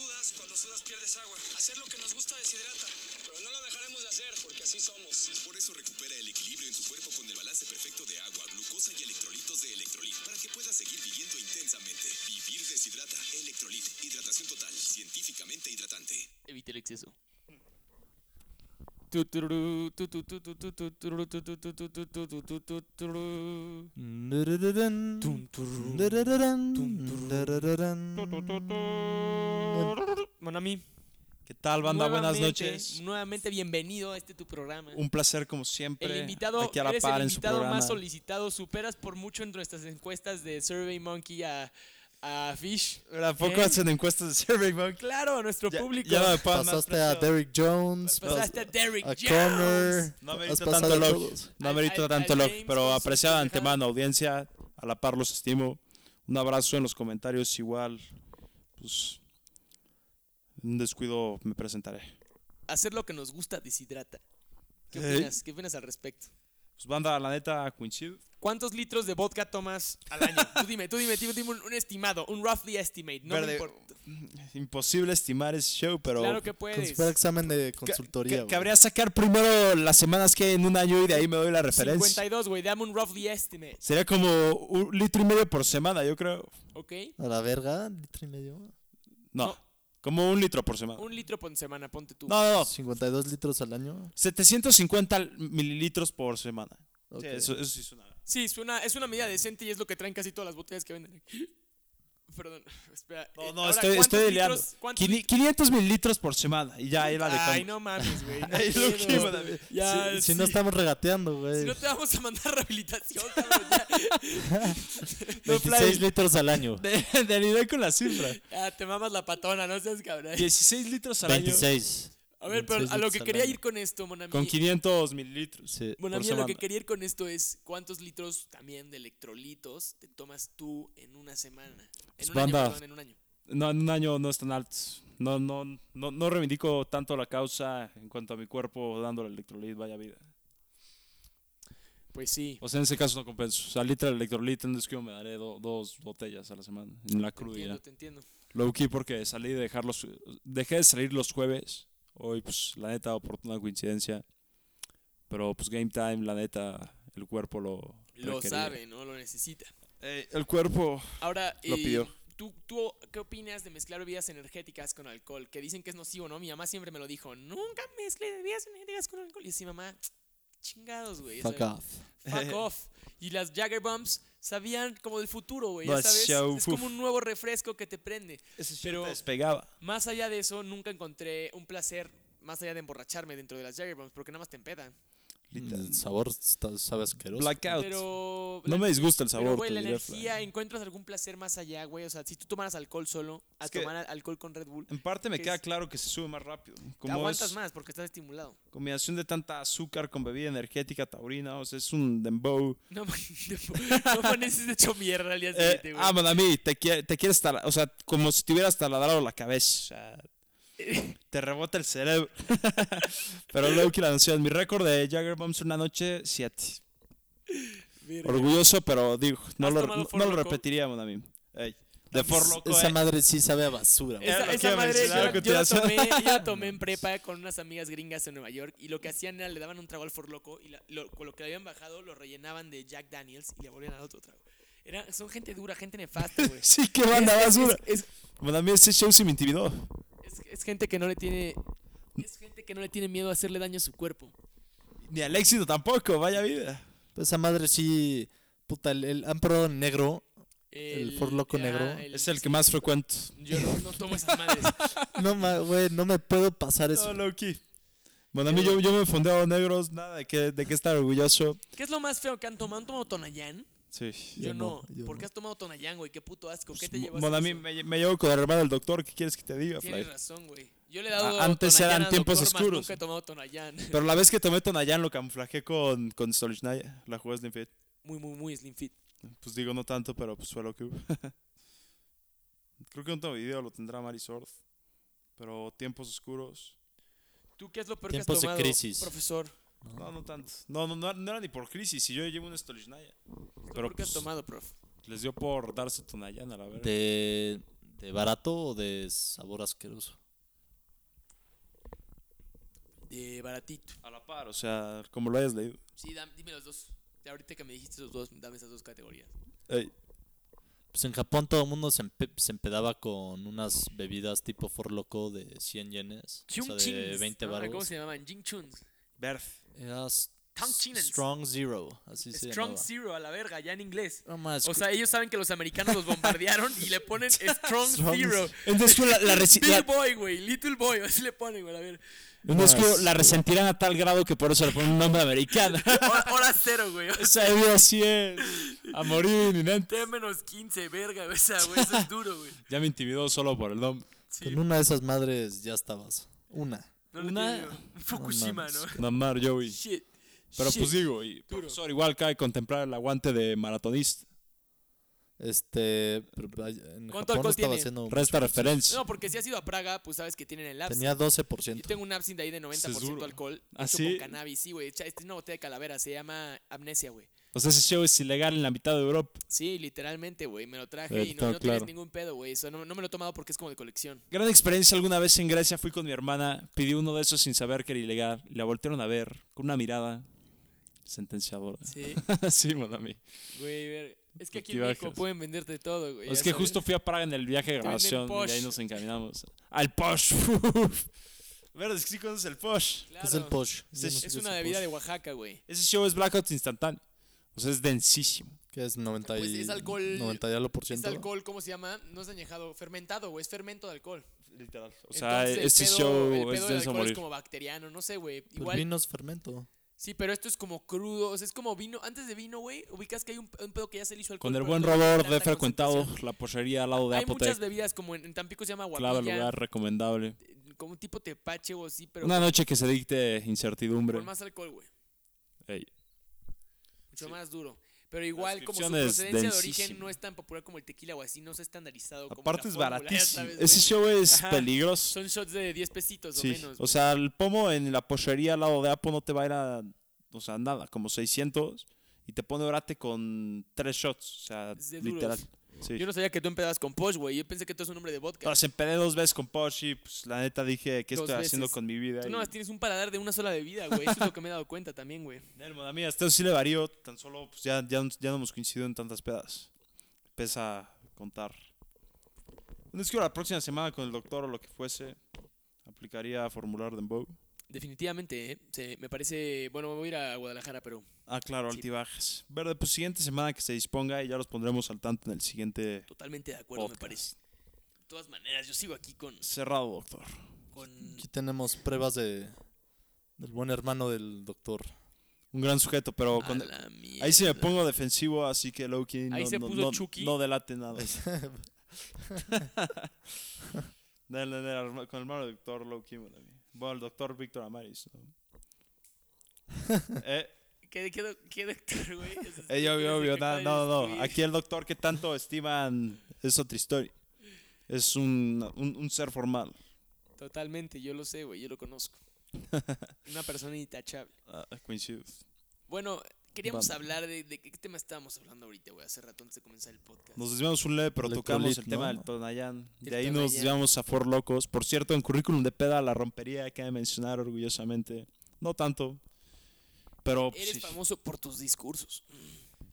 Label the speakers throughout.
Speaker 1: sudas pierdes agua. Hacer lo que nos gusta deshidrata, pero no lo dejaremos de hacer porque así somos.
Speaker 2: Por eso recupera el equilibrio en tu cuerpo con el balance perfecto de agua, glucosa y electrolitos de Electrolit para que puedas seguir viviendo intensamente. Vivir deshidrata. Electrolit. Hidratación total. Científicamente hidratante.
Speaker 3: Evite el exceso. Tuturú, tutú, tutú, tutú, turú, tutú, tutú, tutú, tutú, tutú, turú.
Speaker 4: Darararán.
Speaker 3: Tum, turú.
Speaker 4: Darararán.
Speaker 3: Tum, turú.
Speaker 4: Darararán.
Speaker 3: Tu, tu, tu, tu. Monami.
Speaker 4: ¿Qué tal, banda? Buenas
Speaker 3: Nuevamente-
Speaker 4: noches.
Speaker 3: Nuevamente bienvenido a este tu programa.
Speaker 4: Un placer, como siempre.
Speaker 3: el invitado,
Speaker 4: aquí a la
Speaker 3: eres
Speaker 4: par
Speaker 3: el
Speaker 4: en su
Speaker 3: invitado
Speaker 4: programa.
Speaker 3: más solicitado. Superas por mucho en nuestras encuestas de Survey Monkey a, a Fish.
Speaker 4: ¿A poco
Speaker 3: ¿Eh?
Speaker 4: hacen encuestas de Survey Monkey?
Speaker 3: Claro, a nuestro
Speaker 4: Ya-
Speaker 3: público.
Speaker 4: ya no me pagan más
Speaker 5: Pasaste a
Speaker 4: precios.
Speaker 5: Derrick Jones,
Speaker 3: Pasaste a Derrick
Speaker 5: a
Speaker 3: Jones.
Speaker 5: Connor,
Speaker 4: No
Speaker 5: has
Speaker 4: merito
Speaker 5: pasado
Speaker 4: tanto
Speaker 5: a
Speaker 4: elogio.
Speaker 5: todos.
Speaker 4: No
Speaker 3: Al-
Speaker 4: merito
Speaker 3: al-
Speaker 4: tanto
Speaker 3: al
Speaker 4: elogio,
Speaker 3: James
Speaker 4: pero
Speaker 3: con su
Speaker 4: apreciada de
Speaker 3: pendejada.
Speaker 4: antemano, audiencia. A la par los estimo. Un abrazo en los comentarios, igual. Pues. Un descuido me presentaré.
Speaker 3: Hacer lo que nos gusta deshidrata. ¿Qué
Speaker 4: Ey.
Speaker 3: opinas? ¿Qué opinas al respecto?
Speaker 4: Pues banda, la neta, coincido.
Speaker 3: ¿Cuántos litros de vodka tomas al año? tú dime, tú dime, tú dime un, un estimado, un roughly estimate. No me
Speaker 4: Verde. mm,
Speaker 3: importa.
Speaker 4: Imposible estimar ese show, pero.
Speaker 3: Claro que
Speaker 5: Con
Speaker 3: puedes.
Speaker 5: super examen de
Speaker 4: Ca-
Speaker 5: consultoría.
Speaker 4: ca-
Speaker 5: güey.
Speaker 4: cabría sacar primero las semanas que hay en un año y de ahí me doy la referencia.
Speaker 3: 52, güey, dame un roughly estimate,
Speaker 4: Sería como un litro y medio por semana, yo creo.
Speaker 3: ¿ok?
Speaker 5: A la verga, litro y medio.
Speaker 4: No,
Speaker 3: No.
Speaker 4: como un litro por semana.
Speaker 3: Un litro por semana, ponte tú.
Speaker 4: No, no, no.
Speaker 5: 52 litros al año.
Speaker 4: 750 mililitros por semana.
Speaker 5: Ok.
Speaker 4: Sí, eso, eso sí suena.
Speaker 3: Sí, suena, es una medida decente y es lo que traen casi todas las botellas que venden aquí. Perdón, espera.
Speaker 4: No,
Speaker 3: Eh,
Speaker 4: no,
Speaker 3: ahora,
Speaker 4: estoy,
Speaker 3: ¿cuántos
Speaker 4: estoy deleando.
Speaker 3: litros- cuántos
Speaker 4: Quini- 500 mililitros por semana. Y ya ahí la
Speaker 3: litros?
Speaker 4: dejamos.
Speaker 3: Ay, no mames, güey. no
Speaker 4: Ahí lo
Speaker 3: quiero.
Speaker 4: que iba a decir.
Speaker 3: Ya,
Speaker 5: si, si
Speaker 4: Ah,
Speaker 5: no estamos regateando, güey.
Speaker 3: Si no te vamos a mandar rehabilitación, cabrón, ya.
Speaker 4: No,
Speaker 5: 26
Speaker 4: Fly,
Speaker 5: litros al año.
Speaker 4: de, de alinear con la cifra.
Speaker 3: Ah, te mamas la patona, no seas cabrón.
Speaker 4: 16 litros al año.
Speaker 5: 26.
Speaker 3: A ver, pero a
Speaker 5: 26
Speaker 3: lo que
Speaker 5: litros
Speaker 3: quería
Speaker 5: al año.
Speaker 3: ir con esto, Monami.
Speaker 4: Con 500 mililitros.
Speaker 5: Sí.
Speaker 4: por
Speaker 3: Monami, a lo que
Speaker 4: semana.
Speaker 3: quería ir con esto es cuántos litros también de electrolitos te tomas tú en una semana. En
Speaker 4: Pues,
Speaker 3: un año,
Speaker 4: banda.
Speaker 3: perdón, en un año.
Speaker 4: No, en un año no es tan alto. No, no, no, no reivindico tanto la causa en cuanto a mi cuerpo dándole electrolit, vaya vida.
Speaker 3: Pues sí.
Speaker 4: O sea, en ese caso no compenso. O sea, litra de electrolit, en descuido me daré do- dos botellas a la semana. En la
Speaker 3: Te
Speaker 4: cruda.
Speaker 3: entiendo,
Speaker 4: ya.
Speaker 3: te entiendo.
Speaker 4: Low key porque salí de dejar los- Dejé de salir los jueves. Hoy, pues, la neta, oportuna coincidencia. Pero, pues, game time, la neta, el cuerpo lo.
Speaker 3: Lo
Speaker 4: requería.
Speaker 3: sabe, ¿no? Lo necesita.
Speaker 4: Eh, el cuerpo.
Speaker 3: Ahora,
Speaker 4: Lo
Speaker 3: eh,
Speaker 4: pidió.
Speaker 3: ¿tú, ¿tú qué opinas de mezclar bebidas energéticas con alcohol? Que dicen que es nocivo, ¿no? Mi mamá siempre me lo dijo. Nunca mezcle bebidas energéticas con alcohol. Y así, mamá, chingados, güey. ya
Speaker 5: Fuck
Speaker 3: sabes.
Speaker 5: off.
Speaker 3: Fuck off. Y las Jagger Bombs sabían como del futuro, güey.
Speaker 4: No,
Speaker 3: ya ¿sabes?
Speaker 4: show,
Speaker 3: Es
Speaker 4: uf.
Speaker 3: como un nuevo refresco que te prende. Pero
Speaker 4: Despegaba.
Speaker 3: más allá de eso, nunca encontré un placer más allá de emborracharme dentro de las Jagger Bombs porque nada más te empedan.
Speaker 5: El sabor está, sabe asqueroso.
Speaker 4: Blackout.
Speaker 3: Pero.
Speaker 4: no me disgusta el sabor.
Speaker 3: Pero, güey,
Speaker 4: te
Speaker 3: la
Speaker 4: diré,
Speaker 3: energía,
Speaker 4: Fly.
Speaker 3: ¿encuentras algún placer más allá, güey? O sea, si tú tomaras alcohol solo, a
Speaker 4: Es que-
Speaker 3: tomar alcohol con Red Bull,
Speaker 4: En parte me
Speaker 3: que
Speaker 4: queda
Speaker 3: es-
Speaker 4: claro que se sube más rápido.
Speaker 3: te
Speaker 4: Como
Speaker 3: aguantas
Speaker 4: es
Speaker 3: más porque estás estimulado.
Speaker 4: combinación de tanta azúcar con bebida energética taurina, o sea, es un dembow.
Speaker 3: No, man- no amaneces hecho mierda al día
Speaker 4: Eh,
Speaker 3: siguiente, güey.
Speaker 4: ah, man, a mí te, quie- te quieres tala- o sea, como si te hubieras taladrado la cabeza. o sea, te rebota el cerebro. Pero luego que la noción, mi récord de Jagger Bombs una noche, 7.
Speaker 3: Verga.
Speaker 4: Orgulloso, pero digo, no
Speaker 3: ¿Has
Speaker 4: lo,
Speaker 3: tomado
Speaker 4: no-
Speaker 3: Four
Speaker 4: no lo
Speaker 3: Loko?
Speaker 4: repetiría, man, a mí. Ey, de For Loco,
Speaker 5: Esa
Speaker 4: eh.
Speaker 5: madre sí sabe a basura. güey.
Speaker 4: Era
Speaker 3: Esa,
Speaker 4: lo
Speaker 3: esa
Speaker 4: que iba a
Speaker 3: madre, yo,
Speaker 4: mencionar a
Speaker 3: la- yo la
Speaker 4: continuación.
Speaker 3: tomé, yo la tomé en prepa con unas amigas gringas en Nueva York y lo que hacían era le daban un trago al forloco y la- lo, con lo que le habían bajado lo rellenaban de Jack Daniels y le volvían al otro trago. Era- son gente dura, gente nefasta, güey.
Speaker 4: Sí, que banda
Speaker 3: Es- es-
Speaker 4: basura.
Speaker 3: es-
Speaker 4: Man, a mí ese show sí me intimidó.
Speaker 3: es- es gente que no le tiene... Es gente que no le tiene miedo a hacerle daño a su cuerpo.
Speaker 4: Ni al éxito tampoco, vaya vida.
Speaker 5: Pues esa madre sí. Puta, el, el- han probado el negro. El Ford Loco
Speaker 3: ah,
Speaker 5: negro.
Speaker 4: Es el que más frecuento.
Speaker 3: Yo no, no tomo esas madres.
Speaker 5: No, ma- güey, no me puedo pasar eso.
Speaker 4: No, Loki. Bueno, a mí yo, yo me fundé a negros, nada de qué de qué estar orgulloso.
Speaker 3: ¿Qué es lo más feo que han tomado? ¿Han tomado Tonayán?
Speaker 4: Sí.
Speaker 3: Yo,
Speaker 5: Yo
Speaker 3: no.
Speaker 5: no, yo
Speaker 3: ¿Por
Speaker 5: no.
Speaker 3: qué has tomado Tonayán, güey? Qué puto asco. ¿Qué te
Speaker 4: Pues,
Speaker 3: llevas?
Speaker 4: Bueno,
Speaker 3: a
Speaker 4: a mí
Speaker 3: eso?
Speaker 4: me, me llevo con el hermano del doctor, ¿qué quieres que te diga, Fly?
Speaker 3: Tienes razón, güey. Yo le he dado.
Speaker 4: Ah, antes
Speaker 3: Tonayán
Speaker 4: eran
Speaker 3: al
Speaker 4: tiempos
Speaker 3: doctor, mas
Speaker 4: oscuros.
Speaker 3: Nunca he tomado Tonayán.
Speaker 4: Pero la vez que tomé Tonayán lo camuflajé con, con Stolichnaya, la jugada Slim Fit.
Speaker 3: Muy, muy, muy slim fit.
Speaker 4: Pues digo, no tanto, pero pues fue lo que hubo. Creo que en otro video lo tendrá Marisort. Pero tiempos oscuros.
Speaker 3: ¿Tú qué es lo peor que has
Speaker 5: Tiempos de
Speaker 3: tomado?
Speaker 5: crisis.
Speaker 3: Profesor. ¿Qué
Speaker 4: No, no tanto. No, no, no, no era ni por crisis. Si yo llevo un Stolichnaya.
Speaker 3: es lo
Speaker 4: Pero
Speaker 3: peor que has
Speaker 4: pues,
Speaker 3: tomado, prof?
Speaker 4: les dio por darse Tonayán a la verdad.
Speaker 5: ¿De, de barato o de sabor asqueroso?
Speaker 3: de baratito.
Speaker 4: A la par, o sea, como lo hayas leído.
Speaker 3: Sí, dam- dime los dos. Ya Ahorita que me dijiste esos dos, dame esas dos categorías.
Speaker 4: Ey,
Speaker 5: Pues en Japón todo el mundo se, empe- se empedaba con unas bebidas tipo forloco de 100 yenes. o sea, de
Speaker 3: Chunchins,
Speaker 5: 20
Speaker 3: ¿no? Ah, ¿Cómo
Speaker 5: baros.
Speaker 3: se llamaban? Jingchuns.
Speaker 4: Berth.
Speaker 5: Era s-
Speaker 3: Tangchinens.
Speaker 5: Strong Zero. Así se
Speaker 3: Strong
Speaker 5: llamaba.
Speaker 3: Zero a la verga, ya en inglés.
Speaker 5: No más.
Speaker 3: O sea, ellos saben que los americanos los bombardearon y le ponen Strong
Speaker 5: Strong
Speaker 3: Zero.
Speaker 4: Entonces la, la, resi-
Speaker 3: Little
Speaker 4: la-
Speaker 3: Boy, güey. Little Boy, así le ponen, güey. A ver.
Speaker 4: entonces que la resentirán a tal grado que por eso le ponen un nombre americano.
Speaker 3: Hora, hora cero, güey.
Speaker 4: Esa vida así es. A morir inminente.
Speaker 3: T menos 15, verga, güey. O sea, güey, eso es duro, güey.
Speaker 4: Ya me intimidó solo por el nombre.
Speaker 3: Sí,
Speaker 5: Con una de esas madres ya estabas. Una.
Speaker 3: no le
Speaker 4: una-
Speaker 3: tiene, güey. Fukushima, ¿no?
Speaker 4: Namar Joey.
Speaker 3: Shit.
Speaker 4: Pero
Speaker 3: shit.
Speaker 4: pues digo, y profesor, igual cae contemplar el aguante de maratonista.
Speaker 5: Este. pero En
Speaker 3: ¿Cuánto
Speaker 5: Japón
Speaker 3: alcohol
Speaker 5: estaba
Speaker 3: tiene?
Speaker 5: haciendo.
Speaker 4: Resta referencia.
Speaker 3: No, porque si has ido a Praga, pues sabes que tienen el absinthe.
Speaker 5: Tenía 12%.
Speaker 3: Yo tengo un absinthe ahí de 90%
Speaker 4: duro.
Speaker 3: alcohol.
Speaker 4: ¿Ah,
Speaker 3: hecho
Speaker 4: sí?
Speaker 3: con cannabis, sí, güey. Echa- Esta es una botella de calavera, se llama amnesia, güey.
Speaker 4: O sea, ese show es ilegal en la mitad de Europa.
Speaker 3: Sí, literalmente, güey. Me lo traje
Speaker 4: Eh,
Speaker 3: y no,
Speaker 4: está
Speaker 3: no tienes
Speaker 4: claro.
Speaker 3: ningún pedo, güey. Eso no, no me lo he tomado porque es como de colección.
Speaker 4: Gran experiencia alguna vez en Grecia. Fui con mi hermana, pedí uno de esos sin saber que era ilegal. y La voltearon a ver con una mirada sentenciadora.
Speaker 3: Sí,
Speaker 4: sí, monami.
Speaker 3: güey. ver- Es que aquí
Speaker 4: Aquí
Speaker 3: en México
Speaker 4: bajas.
Speaker 3: pueden venderte todo, güey.
Speaker 4: Es
Speaker 3: ya
Speaker 4: que
Speaker 3: sabes.
Speaker 4: justo fui a Praga en el viaje de
Speaker 3: Te venden
Speaker 4: grabación y
Speaker 3: posh.
Speaker 4: ahí nos encaminamos. Al posh. uf. ¿Verdad? Es que sí conoces el posh.
Speaker 3: Claro,
Speaker 5: Es el posh. Yo no sé
Speaker 3: es
Speaker 5: qué
Speaker 3: una
Speaker 5: el
Speaker 3: bebida
Speaker 5: posh.
Speaker 3: de Oaxaca, güey.
Speaker 4: Ese show es blackout instantáneo. O sea, es densísimo.
Speaker 5: Que es 90 y.
Speaker 3: Pues es alcohol-
Speaker 5: 90 y algo por
Speaker 3: Es
Speaker 5: ciento.
Speaker 3: alcohol, ¿cómo se llama? No es añejado, fermentado, güey. Es fermento de alcohol.
Speaker 4: Literal. O sea,
Speaker 3: Entonces, el
Speaker 4: este
Speaker 3: pedo- el
Speaker 4: show
Speaker 3: pedo
Speaker 4: es
Speaker 3: del
Speaker 4: denso a
Speaker 3: alcohol
Speaker 4: morir.
Speaker 3: Es como bacteriano, no sé, güey.
Speaker 5: Pues
Speaker 3: Igual.
Speaker 5: vino es fermento.
Speaker 3: Sí, pero esto es como crudo. O sea, es como vino. Antes de vino, güey, ubicas que hay un, un pedo que ya se le hizo alcohol.
Speaker 4: Con el
Speaker 3: pero
Speaker 4: buen
Speaker 3: no tiene
Speaker 4: robor
Speaker 3: tanta
Speaker 4: de frecuentado,
Speaker 3: concentración.
Speaker 4: la pochería al lado de
Speaker 3: Hay muchas
Speaker 4: Apotec.
Speaker 3: bebidas, como en, en Tampico se llama
Speaker 4: Clave
Speaker 3: guapilla.
Speaker 4: lugar recomendable.
Speaker 3: eh, Como un tipo tepache o así, pero
Speaker 4: Una noche que se dicte incertidumbre.
Speaker 3: con más alcohol, güey.
Speaker 4: Ey.
Speaker 3: Mucho más duro. Pero igual, como su
Speaker 4: descripción es
Speaker 3: procedencia de origen
Speaker 4: densísima.
Speaker 3: no es tan popular como el tequila o así, no se ha estandarizado. como
Speaker 4: Aparte
Speaker 3: la
Speaker 4: es
Speaker 3: fórmula, ya
Speaker 4: baratísimo.
Speaker 3: sabes,
Speaker 4: Ese
Speaker 3: güey.
Speaker 4: show es
Speaker 3: Ajá.
Speaker 4: peligroso.
Speaker 3: Son shots de 10 pesitos
Speaker 4: Sí.
Speaker 3: o menos.
Speaker 4: O sea, el pomo en la pochería al lado de Apo no te va a ir a, o sea, nada, como 600 y te pone orate con tres shots, o sea,
Speaker 3: Es de
Speaker 4: literal.
Speaker 3: duros.
Speaker 4: Sí. Ah,
Speaker 3: Yo no sabía que tú empedabas con Posh, güey. Yo pensé que tú eres un hombre de vodka.
Speaker 4: Entonces empecé dos veces con Porsche y pues la neta dije, ¿qué
Speaker 3: Dos
Speaker 4: estoy haciendo
Speaker 3: veces.
Speaker 4: con mi vida?
Speaker 3: Tú
Speaker 4: Y-
Speaker 3: nomás tienes un paladar de una sola bebida, güey. Eso es lo que me he dado cuenta también, güey.
Speaker 4: Nel, moda mía, este sí le varió, tan solo pues ya, ya, no- ya no hemos coincidido en tantas pedas. Pesa contar. No es que la próxima semana con el doctor o lo que fuese, aplicaría formular Dembow.
Speaker 3: Definitivamente, ¿eh? Se- me parece. Bueno, me voy a ir a Guadalajara, pero.
Speaker 4: Ah, claro,
Speaker 3: Sí.
Speaker 4: altibajes. Verde, pues siguiente semana que se disponga y ya los pondremos al tanto en el siguiente
Speaker 3: Totalmente de acuerdo, me parece.
Speaker 4: podcast.
Speaker 3: De todas maneras, yo sigo aquí con.
Speaker 4: Cerrado, doctor.
Speaker 3: con-
Speaker 5: Aquí tenemos pruebas de del buen hermano del doctor.
Speaker 4: Un gran sujeto, pero
Speaker 3: a
Speaker 4: con-
Speaker 3: la
Speaker 4: ahí sí me
Speaker 3: mierda.
Speaker 4: pongo defensivo, así que Loki no,
Speaker 3: Ahí se
Speaker 4: no-
Speaker 3: puso
Speaker 4: no-
Speaker 3: Chucky.
Speaker 4: no delate nada. Dale, dale, arma- con el hermano del doctor Loki, bueno, Bueno, el doctor Víctor Amaris. ¿no? eh,
Speaker 3: ¿Qué, qué, qué doctor, güey? O sea,
Speaker 4: eh, yo, yo,
Speaker 3: tú eres
Speaker 4: yo,
Speaker 3: el que
Speaker 4: no,
Speaker 3: acaba de
Speaker 4: no, no.
Speaker 3: destruir.
Speaker 4: Aquí el doctor que tanto estiman es otra historia. Es un, un, un ser formal.
Speaker 3: Totalmente, yo lo sé, güey. Yo lo conozco. Una persona intachable.
Speaker 4: Ah, coincido.
Speaker 3: Bueno, queríamos
Speaker 4: Vamos.
Speaker 3: hablar de, de qué tema estábamos hablando ahorita, güey. Hace rato antes de comenzar el podcast.
Speaker 4: Nos desviamos un leve, pero tocamos
Speaker 5: Electrolit,
Speaker 4: el tema
Speaker 5: ¿no?
Speaker 4: del Tonayán.
Speaker 3: El
Speaker 4: De ahí nos
Speaker 3: Tonayán.
Speaker 4: desviamos a For Locos. Por cierto, en currículum de peda la rompería que de mencionar orgullosamente. No tanto. Pero pues,
Speaker 3: Eres
Speaker 4: sí,
Speaker 3: famoso por tus discursos.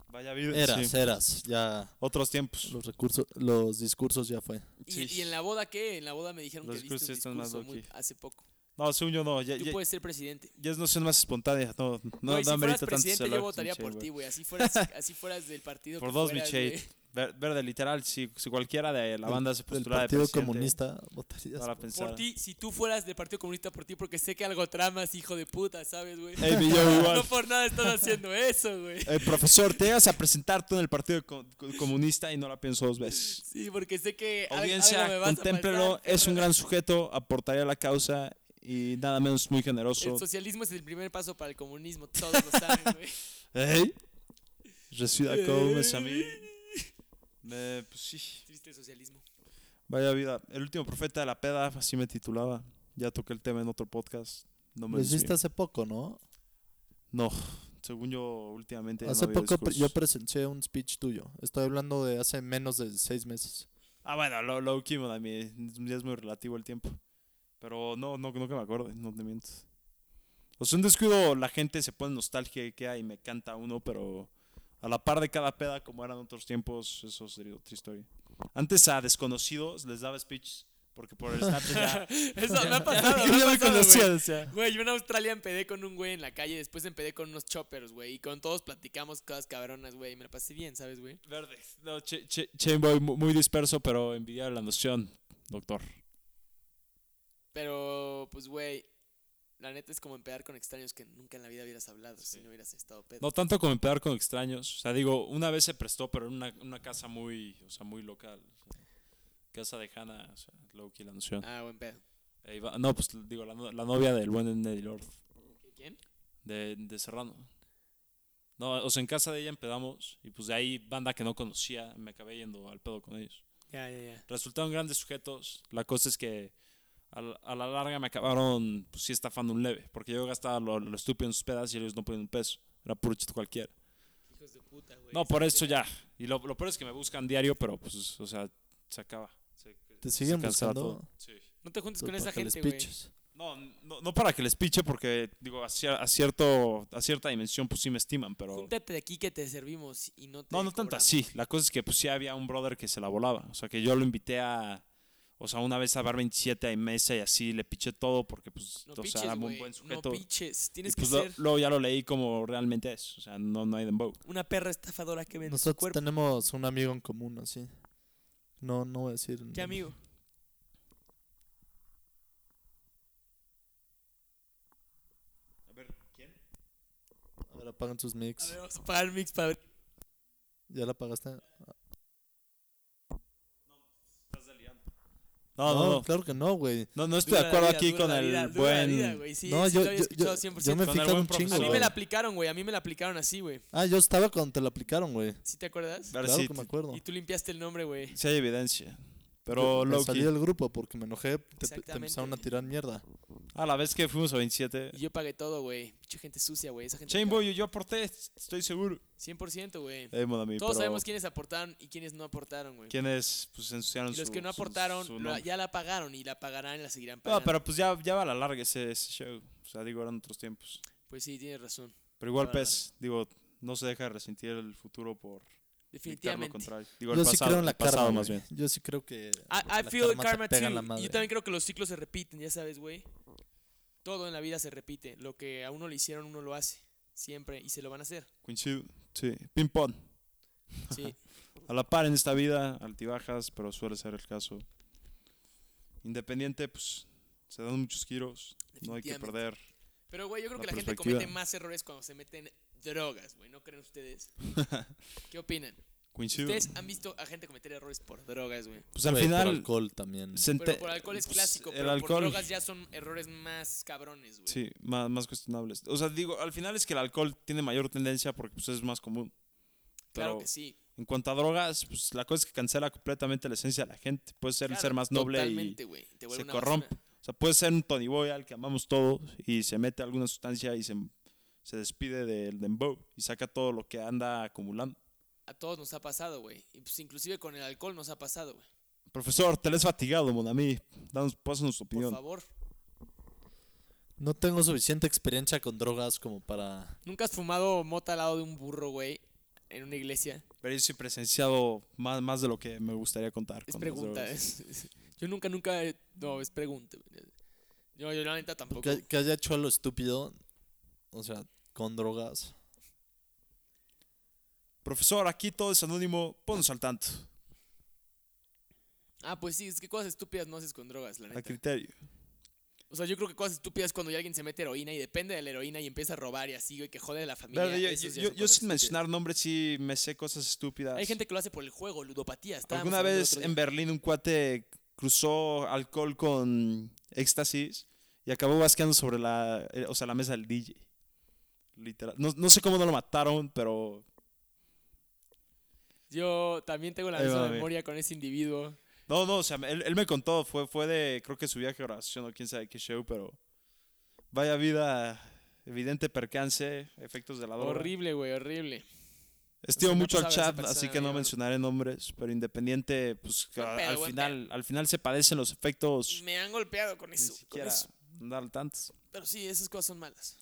Speaker 4: vaya vida.
Speaker 5: Eras,
Speaker 4: sí.
Speaker 5: eras, ya
Speaker 4: Otros tiempos.
Speaker 5: los recursos, los discursos ya fue.
Speaker 3: ¿Y,
Speaker 4: Sí.
Speaker 3: y en la boda qué? En la boda me dijeron
Speaker 4: Los
Speaker 3: que diste un
Speaker 4: discursos están más
Speaker 3: discurso muy-
Speaker 4: low-key.
Speaker 3: hace poco.
Speaker 4: No, según yo no. Ya,
Speaker 3: Tú
Speaker 4: ya-
Speaker 3: puedes ser presidente.
Speaker 4: ya es noción más espontánea. No, no,
Speaker 3: Güey,
Speaker 4: no
Speaker 3: si fueras
Speaker 4: amerita tantos
Speaker 3: presidente yo
Speaker 4: halagos,
Speaker 3: votaría
Speaker 4: Michelle,
Speaker 3: por
Speaker 4: güey.
Speaker 3: ti, güey. Así fueras, así fueras del partido
Speaker 4: Por
Speaker 3: que
Speaker 4: dos,
Speaker 3: fueras,
Speaker 4: Michelle.
Speaker 3: güey.
Speaker 4: Ver- Verde, literal. Si, si cualquiera de la
Speaker 5: Del-
Speaker 4: banda se
Speaker 5: Del
Speaker 4: postulaba de
Speaker 5: Partido
Speaker 4: presidente,
Speaker 5: Comunista votarías.
Speaker 4: Para
Speaker 5: por-
Speaker 4: pensar.
Speaker 3: Por ti, si tú fueras del Partido Comunista, por ti, porque sé que algo tramas, hijo de puta, ¿sabes, güey?
Speaker 4: Ey, mi yo igual.
Speaker 3: No por nada estás haciendo eso, güey.
Speaker 4: Eh, profesor, te llegas a presentar tú en el Partido Co- Co- Comunista y no la pienso dos veces.
Speaker 3: Sí, porque sé que al-
Speaker 4: Audiencia,
Speaker 3: algo me vas a
Speaker 4: contémplelo,
Speaker 3: pasar,
Speaker 4: es un
Speaker 3: cabrón.
Speaker 4: gran sujeto, aportaría a la causa y nada menos muy generoso.
Speaker 3: El socialismo es el primer paso para el comunismo, todos lo saben, güey.
Speaker 4: ¿Eh? Recida Comes a mí. Me- pues sí,
Speaker 3: Triste socialismo.
Speaker 4: vaya vida. El último profeta de la peda, así me titulaba. Ya toqué el tema en otro podcast. No me
Speaker 5: Lo hiciste
Speaker 4: desvío.
Speaker 5: hace poco, ¿no?
Speaker 4: No, según yo últimamente. ya no
Speaker 5: hace
Speaker 4: había
Speaker 5: poco pre- yo
Speaker 4: discursos.
Speaker 5: presencié un speech tuyo. Estoy hablando de hace menos de seis meses.
Speaker 4: Ah, bueno, lo, lo último de mí, Ya es muy relativo el tiempo. Pero no, no, no que me acuerde, no te miento. O sea, un descuido, la gente se pone nostálgica y me canta uno, pero a la par de cada peda, como eran otros tiempos, eso sería otra historia. Antes a desconocidos les daba speech, porque por el Snapchat ya-
Speaker 3: Eso me ha pasado.
Speaker 4: Yo
Speaker 3: me ha
Speaker 4: ya me
Speaker 3: pasado,
Speaker 4: conocía,
Speaker 3: güey.
Speaker 4: o sea.
Speaker 3: Güey, yo en Australia empedé con un güey en la calle, después empedé con unos choppers, güey. Y con todos platicamos cosas cabronas, güey. Y me la pasé bien, ¿sabes, güey?
Speaker 4: Verde. No, Che- Che- Chainboy, mu- muy disperso, pero envidiable la noción, doctor.
Speaker 3: Pero, pues, güey, la neta es como empedar con extraños que nunca en la vida hubieras hablado si no hubieras estado pedo.
Speaker 4: No tanto como empezar con extraños. O sea, digo, una vez se prestó, pero en una, una casa muy, o sea, muy local. O sea, casa de Hannah, o sea, Loki, la noción.
Speaker 3: Ah, buen pedo.
Speaker 4: Eh, iba- no, pues digo, la, no- la novia del buen Neddy Lord,
Speaker 3: ¿Quién?
Speaker 4: de, de Serrano. No, o sea, en casa de ella empezamos y pues de ahí banda que no conocía, me acabé yendo al pedo con ellos.
Speaker 3: Ya, ya, ya.
Speaker 4: Resultaron grandes sujetos. La cosa es que a la, a la larga me acabaron, pues sí, estafando un leve, porque yo gastaba lo, lo estúpido en sus pedas y ellos no ponían un peso. Era puro chiste cualquiera.
Speaker 3: Hijos de puta, güey.
Speaker 4: No, por eso ya. Y lo, lo peor es que me buscan diario, pero pues, o sea, se acaba. Se,
Speaker 5: ¿Te siguen
Speaker 4: se cancela
Speaker 5: buscando?
Speaker 4: todo. Sí.
Speaker 3: No te juntes
Speaker 5: Pues,
Speaker 3: con esa
Speaker 5: para que les
Speaker 3: gente, güey.
Speaker 5: piches.
Speaker 4: No, no, no para que les piche, porque digo, a, cier- a cierto, a cierta dimensión, pues sí me estiman, pero.
Speaker 3: Júntate de aquí que te servimos y no te
Speaker 4: No, no tanto
Speaker 3: cobramos.
Speaker 4: así. La cosa es que pues sí había un brother que se la volaba. O sea, que yo lo invité a. O sea, una vez a bar 27 a mesa y así le piché todo porque, pues,
Speaker 3: No
Speaker 4: o
Speaker 3: piches,
Speaker 4: sea, era
Speaker 3: güey.
Speaker 4: un buen sujeto.
Speaker 3: No piches.
Speaker 4: y
Speaker 3: Tienes
Speaker 4: pues
Speaker 3: que
Speaker 4: lo-
Speaker 3: ser
Speaker 4: luego ya lo leí como realmente es. O sea, no, no hay dembow.
Speaker 3: una perra estafadora que vende pues, su
Speaker 5: Nosotros
Speaker 3: cuerpo.
Speaker 5: tenemos un amigo en común, así. No, no voy a decir.
Speaker 3: ¿Qué
Speaker 5: nombres.
Speaker 3: amigo?
Speaker 5: A ver, apagan sus
Speaker 3: A
Speaker 5: mix.
Speaker 3: ver, vamos a pagar el mix para ver.
Speaker 5: ¿Ya la apagaste?
Speaker 4: No, no, no.
Speaker 5: Claro que no, güey.
Speaker 4: No, no estoy de acuerdo aquí con el buen.
Speaker 3: no,
Speaker 5: no,
Speaker 3: yo,
Speaker 5: yo-
Speaker 3: lo había
Speaker 5: yo-
Speaker 3: escuchado
Speaker 5: yo-
Speaker 3: 100%.
Speaker 5: yo me
Speaker 4: Con el
Speaker 5: fijan
Speaker 4: buen
Speaker 5: un chingo.
Speaker 3: A mí me
Speaker 5: güey.
Speaker 3: la aplicaron, güey. A mí me la aplicaron así, güey.
Speaker 5: Ah, yo estaba cuando te la aplicaron, güey.
Speaker 3: ¿Sí te acuerdas?
Speaker 4: A ver
Speaker 5: Claro
Speaker 4: si-
Speaker 5: que me acuerdo.
Speaker 3: Y tú limpiaste el nombre, güey.
Speaker 4: si hay evidencia.
Speaker 5: Yo
Speaker 4: Pero
Speaker 5: me
Speaker 4: Loki.
Speaker 5: salí del grupo porque me enojé. Te, te
Speaker 3: Exactamente.
Speaker 5: empezaron a tirar mierda.
Speaker 4: A la vez que fuimos a 27.
Speaker 3: Y yo pagué todo, güey. Mucha gente sucia, güey. Esa gente.
Speaker 4: Chainboy, yo- yo aporté, estoy seguro.
Speaker 3: 100%, güey.
Speaker 4: Eh, mon ami,
Speaker 3: Todos
Speaker 4: pero
Speaker 3: sabemos quiénes aportaron y quiénes no aportaron, güey.
Speaker 4: quiénes pues ensuciaron
Speaker 3: Y los
Speaker 4: su-
Speaker 3: que no
Speaker 4: su-
Speaker 3: aportaron
Speaker 4: su
Speaker 3: lo-
Speaker 4: nombre.
Speaker 3: ya la pagaron y la pagarán y la seguirán pagando.
Speaker 4: No, pero pues ya, ya va a la larga ese, ese show. O sea, digo, eran otros tiempos.
Speaker 3: Pues sí, tienes razón.
Speaker 4: Pero igual,
Speaker 3: Ahora-
Speaker 4: PES, digo, no se deja de resentir el futuro por dictar lo
Speaker 3: Definitivamente.
Speaker 4: contrario. Digo,
Speaker 5: yo
Speaker 4: el
Speaker 5: sí
Speaker 4: pasado,
Speaker 5: creo en
Speaker 4: el
Speaker 5: la
Speaker 4: pasado
Speaker 5: karma.
Speaker 4: más
Speaker 5: güey.
Speaker 4: bien.
Speaker 5: Yo sí creo
Speaker 3: I,
Speaker 5: que.
Speaker 3: I
Speaker 5: la
Speaker 3: feel
Speaker 5: karma te
Speaker 3: karma
Speaker 5: pega en
Speaker 3: too.
Speaker 5: la
Speaker 3: Yo
Speaker 5: madre.
Speaker 3: también creo que los ciclos se repiten, ya sabes, güey. Todo en la vida se repite. Lo que a uno le hicieron, uno lo hace. Siempre. Y se lo van a hacer.
Speaker 4: Coincido, sí. Ping-pong.
Speaker 3: Sí.
Speaker 4: A la par en esta vida, altibajas, pero suele ser el caso. Independiente, pues se dan muchos giros. No hay que
Speaker 3: Definitivamente.
Speaker 4: perder.
Speaker 3: Pero, güey, yo creo
Speaker 4: La
Speaker 3: que la gente
Speaker 4: perspectiva.
Speaker 3: comete más errores cuando se meten drogas, güey. ¿No creen ustedes? ¿Qué opinan?
Speaker 4: Coincido.
Speaker 3: Ustedes han visto a gente cometer errores por drogas, güey.
Speaker 4: Pues al
Speaker 5: Güey, por
Speaker 4: final.
Speaker 5: alcohol también.
Speaker 4: se ente-
Speaker 3: Pero por alcohol es
Speaker 4: pues,
Speaker 3: clásico,
Speaker 4: el
Speaker 3: pero por
Speaker 4: alcohol-
Speaker 3: drogas ya son errores más cabrones, güey.
Speaker 4: Sí, más, más cuestionables. O sea, digo, al final es que el alcohol tiene mayor tendencia porque pues, es más común.
Speaker 3: claro
Speaker 4: Pero
Speaker 3: que sí.
Speaker 4: En cuanto a drogas, pues la cosa es que cancela completamente la esencia de la gente. Puede ser
Speaker 3: Claro,
Speaker 4: el ser más noble
Speaker 3: Totalmente,
Speaker 4: y.
Speaker 3: güey. Te
Speaker 4: se
Speaker 3: vuelve una basura.
Speaker 4: corrompe. O sea, puede ser un Tony Boy al que amamos todos y se mete alguna sustancia y se, se despide del dembow y saca todo lo que anda acumulando.
Speaker 3: A todos nos ha pasado, güey. Y pues inclusive con el alcohol nos ha pasado, güey.
Speaker 4: Profesor, te lees fatigado, Monami. Danos, pásanos tu
Speaker 3: Por
Speaker 4: opinión.
Speaker 3: favor.
Speaker 5: No tengo suficiente experiencia con drogas como para.
Speaker 3: ¿Nunca has fumado mota al lado de un burro, güey? En una iglesia.
Speaker 4: Pero yo sí he presenciado más, más de lo que me gustaría contar.
Speaker 3: Es
Speaker 4: con las
Speaker 3: pregunta.
Speaker 4: drogas.
Speaker 3: es- es- yo nunca, nunca. he- No, es pregunta. güey. Yo, yo la neta tampoco.
Speaker 5: Que, que haya hecho a lo estúpido. O sea, con drogas.
Speaker 4: Profesor, aquí todo es anónimo. Ponnos al tanto.
Speaker 3: Ah, pues sí, es que cosas estúpidas no haces con drogas, la
Speaker 4: A
Speaker 3: neta.
Speaker 4: criterio.
Speaker 3: O sea, yo creo que cosas estúpidas es cuando ya alguien se mete heroína y depende de la heroína y empieza a robar y así, güey, que jode a la familia.
Speaker 4: Verde, yo,
Speaker 3: Eso
Speaker 4: yo-
Speaker 3: ya
Speaker 4: yo-
Speaker 3: son
Speaker 4: yo
Speaker 3: cosas
Speaker 4: sin
Speaker 3: estúpidas.
Speaker 4: mencionar nombres sí me sé cosas estúpidas.
Speaker 3: Hay gente que lo hace por el juego, ludopatía. estábamos
Speaker 4: Alguna
Speaker 3: hablando el
Speaker 4: vez
Speaker 3: otro
Speaker 4: en
Speaker 3: día.
Speaker 4: Berlín un cuate cruzó alcohol con éxtasis y acabó basqueando sobre la, eh, o sea, la mesa del DJ. Literal. No, no sé cómo no lo mataron, pero...
Speaker 3: Yo también tengo la
Speaker 4: Ahí va,
Speaker 3: misma
Speaker 4: a ver.
Speaker 3: memoria con ese individuo.
Speaker 4: No, no, o sea, él, él me contó, fue, fue de, creo que su viaje a oración o quién sabe qué show, pero... Vaya vida, evidente percance, efectos de la droga.
Speaker 3: Horrible, güey, horrible.
Speaker 4: Estimo
Speaker 3: O sea, no pues,
Speaker 4: mucho al
Speaker 3: pasaba esa
Speaker 4: chat, así
Speaker 3: persona,
Speaker 4: que no
Speaker 3: amigo.
Speaker 4: mencionaré nombres, pero Independiente, pues
Speaker 3: Buen
Speaker 4: a-
Speaker 3: pedo,
Speaker 4: al
Speaker 3: buen
Speaker 4: final, al final se padecen los efectos
Speaker 3: Me han golpeado con
Speaker 4: ni
Speaker 3: eso. con
Speaker 4: siquiera
Speaker 3: eso.
Speaker 4: andar al tanto.
Speaker 3: Pero sí, esas cosas son malas.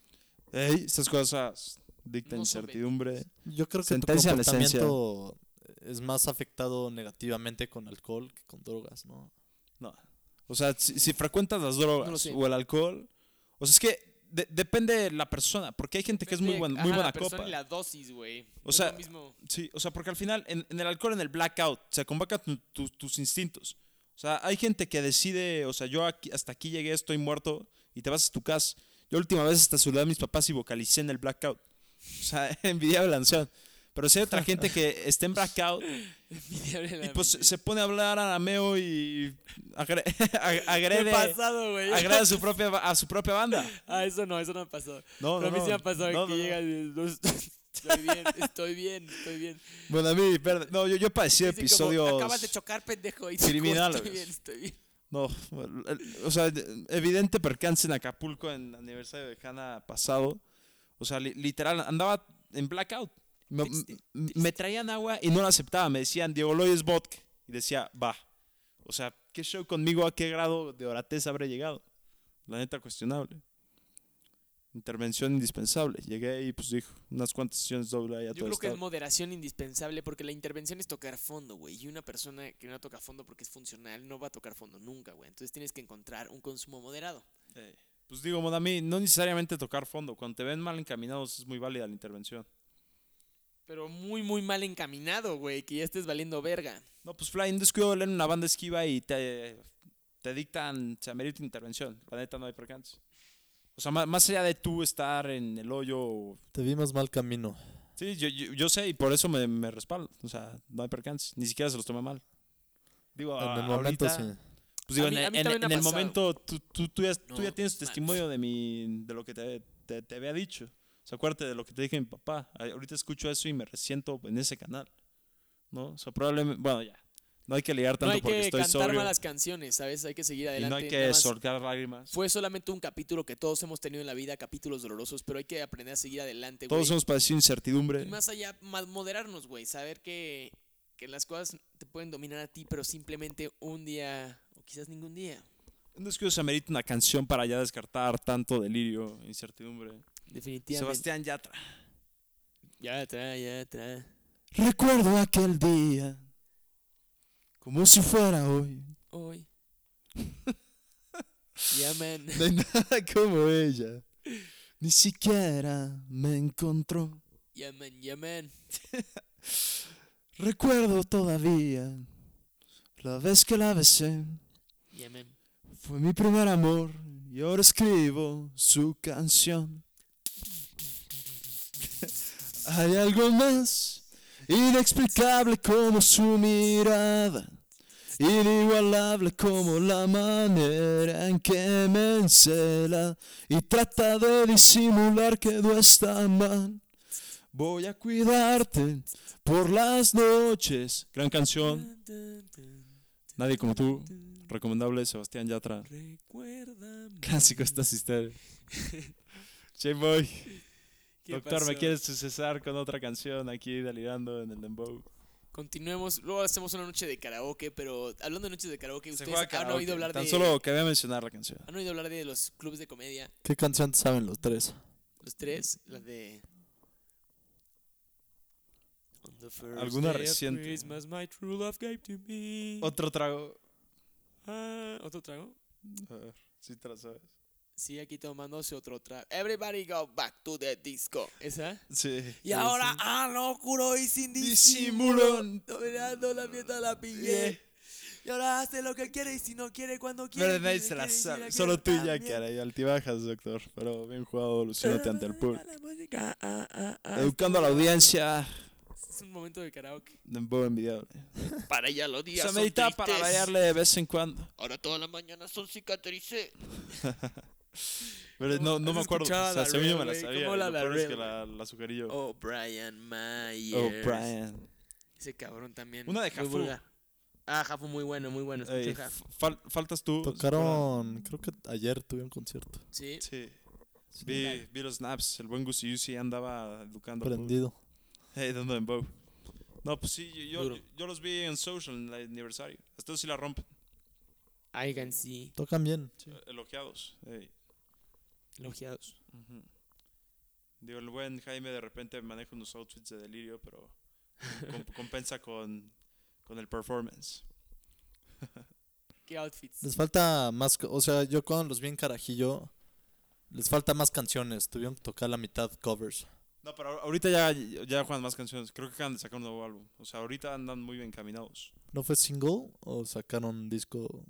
Speaker 4: Ey, estas cosas dictan
Speaker 3: No son
Speaker 4: incertidumbre.
Speaker 5: Yo creo que
Speaker 4: Sentencia en
Speaker 5: tu
Speaker 4: esencia.
Speaker 5: comportamiento es más afectado negativamente con alcohol que con drogas, ¿no?
Speaker 4: No. O sea, si, si frecuentas las drogas
Speaker 3: sé.
Speaker 4: o el alcohol, o sea, es que de- depende de la persona, porque hay gente que es muy, buen- muy
Speaker 3: Ajá,
Speaker 4: buena
Speaker 3: la persona
Speaker 4: copa.
Speaker 3: y la dosis, güey. No
Speaker 4: O
Speaker 3: es
Speaker 4: sea,
Speaker 3: lo mismo.
Speaker 4: Sí, o sea, porque al final en, en el alcohol, en el blackout, se convocan tu- tu- tus instintos. O sea, hay gente que decide, o sea, yo aquí- hasta aquí llegué, estoy muerto y te vas a tu casa. Yo la última vez hasta saludé a mis papás y vocalicé en el blackout. O sea, envidiable la anciana. Pero si hay otra gente que está en blackout y pues se pone a hablar arameo y agre- ag-
Speaker 3: Me
Speaker 4: agrede,
Speaker 3: ha pasado, güey.
Speaker 4: agrede a, su propia, ba- a su propia banda.
Speaker 3: Ah, eso no, eso no me pasó.
Speaker 4: No,
Speaker 3: Pero
Speaker 4: no,
Speaker 3: a mí sí me
Speaker 4: no.
Speaker 3: ha pasado
Speaker 4: No,
Speaker 3: que
Speaker 4: no, no.
Speaker 3: llegas y no estoy estoy bien, estoy bien, estoy bien.
Speaker 4: Bueno, a mí, perdón. No, yo, yo padecí
Speaker 3: Así como,
Speaker 4: episodios...
Speaker 3: Acabas de chocar, pendejo. Y tú,
Speaker 4: criminal,
Speaker 3: Estoy
Speaker 4: güey.
Speaker 3: bien, estoy bien.
Speaker 4: No, el- el- o sea, de- evidente percance en Acapulco en aniversario de Hanna pasado. O sea, li- literal, andaba en blackout. Me,
Speaker 3: Triste,
Speaker 4: m- me traían agua y no la aceptaba. Me decían, Diego Loyes vodka. Y decía, va. O sea, ¿qué show conmigo? ¿A qué grado de oratez habré llegado? La neta, cuestionable. Intervención indispensable. Llegué y pues dijo unas cuantas sesiones doble ahí a
Speaker 3: Yo
Speaker 4: todo
Speaker 3: creo que es
Speaker 4: estado.
Speaker 3: moderación indispensable porque la intervención es tocar fondo, güey. Y una persona que no toca fondo porque es funcional no va a tocar fondo nunca, güey. Entonces tienes que encontrar un consumo moderado.
Speaker 4: Eh, Pues digo, Monami, no necesariamente tocar fondo. Cuando te ven mal encaminados es muy válida la intervención.
Speaker 3: Pero muy, muy mal encaminado, güey. Que ya estés valiendo verga.
Speaker 4: No, pues Fly, un descuido en una banda esquiva y te, te dictan, se amerita intervención. La neta no hay percance. O sea, ma- más, allá de tú estar en el hoyo. o-
Speaker 5: Te vimos mal camino.
Speaker 4: Sí, yo, yo, yo sé y por eso me, me respaldo. O sea, no hay percance. Ni siquiera se los tomé mal. Digo, a-
Speaker 5: en el momento
Speaker 4: Ah, ahorita,
Speaker 5: sí.
Speaker 4: Pues digo,
Speaker 3: A mí-
Speaker 4: en,
Speaker 3: a mí
Speaker 4: en-
Speaker 3: también me ha
Speaker 4: en el
Speaker 3: pasado.
Speaker 4: momento tú, tú, tú ya, tú
Speaker 3: No,
Speaker 4: ya tienes
Speaker 3: man.
Speaker 4: testimonio de, mi, de lo que te, te, te había dicho. O sea, acuérdate de lo que te dije a mi papá. Ay, Ahorita escucho eso y me resiento en ese canal. ¿No? O sea, probablemente. Bueno, ya. No hay que ligar tanto
Speaker 3: no hay
Speaker 4: porque
Speaker 3: que
Speaker 4: estoy
Speaker 3: cantar
Speaker 4: sobrio.
Speaker 3: malas canciones, ¿sabes? Hay que seguir
Speaker 4: Y
Speaker 3: adelante.
Speaker 4: no hay
Speaker 3: Nada
Speaker 4: que
Speaker 3: más
Speaker 4: soltar lágrimas.
Speaker 3: Fue solamente un capítulo que todos hemos tenido en la vida, capítulos dolorosos, pero hay que aprender a seguir adelante, güey.
Speaker 4: Todos hemos padecido incertidumbre.
Speaker 3: Y más allá, ma- moderarnos, güey. Saber que, que las cosas te pueden dominar a ti, pero simplemente un día o quizás ningún día.
Speaker 4: No es que se amerita una canción para ya descartar tanto delirio, incertidumbre.
Speaker 3: Definitivamente.
Speaker 4: Sebastián Yatra.
Speaker 3: Ya atrás, ya atrás.
Speaker 4: Recuerdo aquel día como si fuera hoy.
Speaker 3: Hoy. ya, man.
Speaker 4: No hay nada como ella. Ni siquiera me encontró.
Speaker 3: Ya, man, ya, man.
Speaker 4: Recuerdo todavía la vez que la besé.
Speaker 3: Ya, man.
Speaker 4: Fue mi primer amor y ahora escribo su canción. Hay algo más inexplicable como su mirada, inigualable como la manera en que me encela y trata de disimular que no está mal. Voy a cuidarte por las noches. Gran canción,
Speaker 3: Tan, tan, tan,
Speaker 4: nadie como tú.
Speaker 3: tan.
Speaker 4: Recomendable Sebastián Yatra.
Speaker 3: Recuérdame.
Speaker 4: Clásico esta sister. J-Boy,
Speaker 3: ¿Qué
Speaker 4: doctor, me
Speaker 3: pasó?
Speaker 4: quieres sucesar con otra canción aquí delirando en el dembow.
Speaker 3: Continuemos. Luego hacemos una noche de karaoke, pero hablando de noches de karaoke, ustedes han oído hablar
Speaker 4: Tan
Speaker 3: de.
Speaker 4: solo quería mencionar la canción.
Speaker 3: Han oído hablar de los clubes de comedia.
Speaker 5: ¿Qué canción saben los tres?
Speaker 3: Los tres, la de. On the first
Speaker 4: Alguna
Speaker 3: day of
Speaker 4: reciente.
Speaker 3: Christmas, my true love gave to me.
Speaker 4: Otro trago.
Speaker 3: Ah, ¿Otro trago?
Speaker 4: A ver, si te la sabes.
Speaker 3: Sí, aquí tomándose otro trago. Everybody go back to the disco. ¿Esa?
Speaker 4: Sí.
Speaker 3: Y ahora, ah, locuro y sin disimulo.
Speaker 4: Disimulón.
Speaker 3: Dominando la fiesta la pillé. Y ahora hace lo que quiere y si no quiere, cuando quiere.
Speaker 4: Pero nadie
Speaker 3: quiere,
Speaker 4: se la
Speaker 3: quiere, y si
Speaker 4: sabe.
Speaker 3: quiere
Speaker 4: Solo tú y ya,
Speaker 3: también.
Speaker 4: caray. Altibajas, doctor. Pero bien jugado, luciéndote ante el público.
Speaker 3: La música, ah, ah, ah.
Speaker 4: Educando a la audiencia.
Speaker 3: Es un momento de karaoke.
Speaker 4: Dembow envidiable.
Speaker 3: Para ella los días.
Speaker 4: Se
Speaker 3: son
Speaker 4: medita para
Speaker 3: tristes.
Speaker 4: variarle de vez en cuando.
Speaker 3: Ahora toda la mañana son cicatrices.
Speaker 4: Pero
Speaker 3: ¿Cómo-
Speaker 4: no, no
Speaker 3: has
Speaker 4: me acuerdo. O
Speaker 3: escuchado a
Speaker 4: sea,
Speaker 3: la
Speaker 4: según yo me la
Speaker 3: Real, güey?
Speaker 4: sabía.
Speaker 3: ¿Cómo
Speaker 4: y
Speaker 3: la
Speaker 4: lo
Speaker 3: la
Speaker 4: peor es que
Speaker 3: Real,
Speaker 4: la, la sugerí yo.
Speaker 3: Oh, Brian Myers.
Speaker 4: Oh, Brian.
Speaker 3: Ese cabrón también.
Speaker 4: Una de
Speaker 3: muy
Speaker 4: Jafú.
Speaker 3: vulgar. Ah, Jafu muy bueno, muy bueno. escuché
Speaker 4: Ey,
Speaker 3: Jafú.
Speaker 4: fal- faltas tú.
Speaker 5: Tocaron, creo que ayer tuve un concierto.
Speaker 3: Sí.
Speaker 4: Sí. Vi, vi los snaps. El buen Gussi Yusi andaba educando. al público.
Speaker 5: Prendido.
Speaker 4: Ey, dando en bow. No, pues sí, yo, yo,
Speaker 3: Duro.
Speaker 4: yo los vi en social en el aniversario. Estos sí la rompen. eh,
Speaker 3: I can see.
Speaker 5: Tocan bien.
Speaker 4: Elogiados. Ey.
Speaker 3: Elogiados.
Speaker 4: Digo, el buen Jaime de repente maneja unos outfits de delirio, pero com- compensa con, con el performance.
Speaker 3: ¿Qué outfits?
Speaker 5: Les falta más, co- o sea, yo cuando los vi en Carajillo, les falta más canciones. Tuvieron que tocar la mitad covers.
Speaker 4: No, pero ahor- ahorita ya, ya juegan más canciones. Creo que acaban de sacar un nuevo álbum. O sea, ahorita andan muy bien encaminados.
Speaker 5: ¿No fue single o sacaron disco?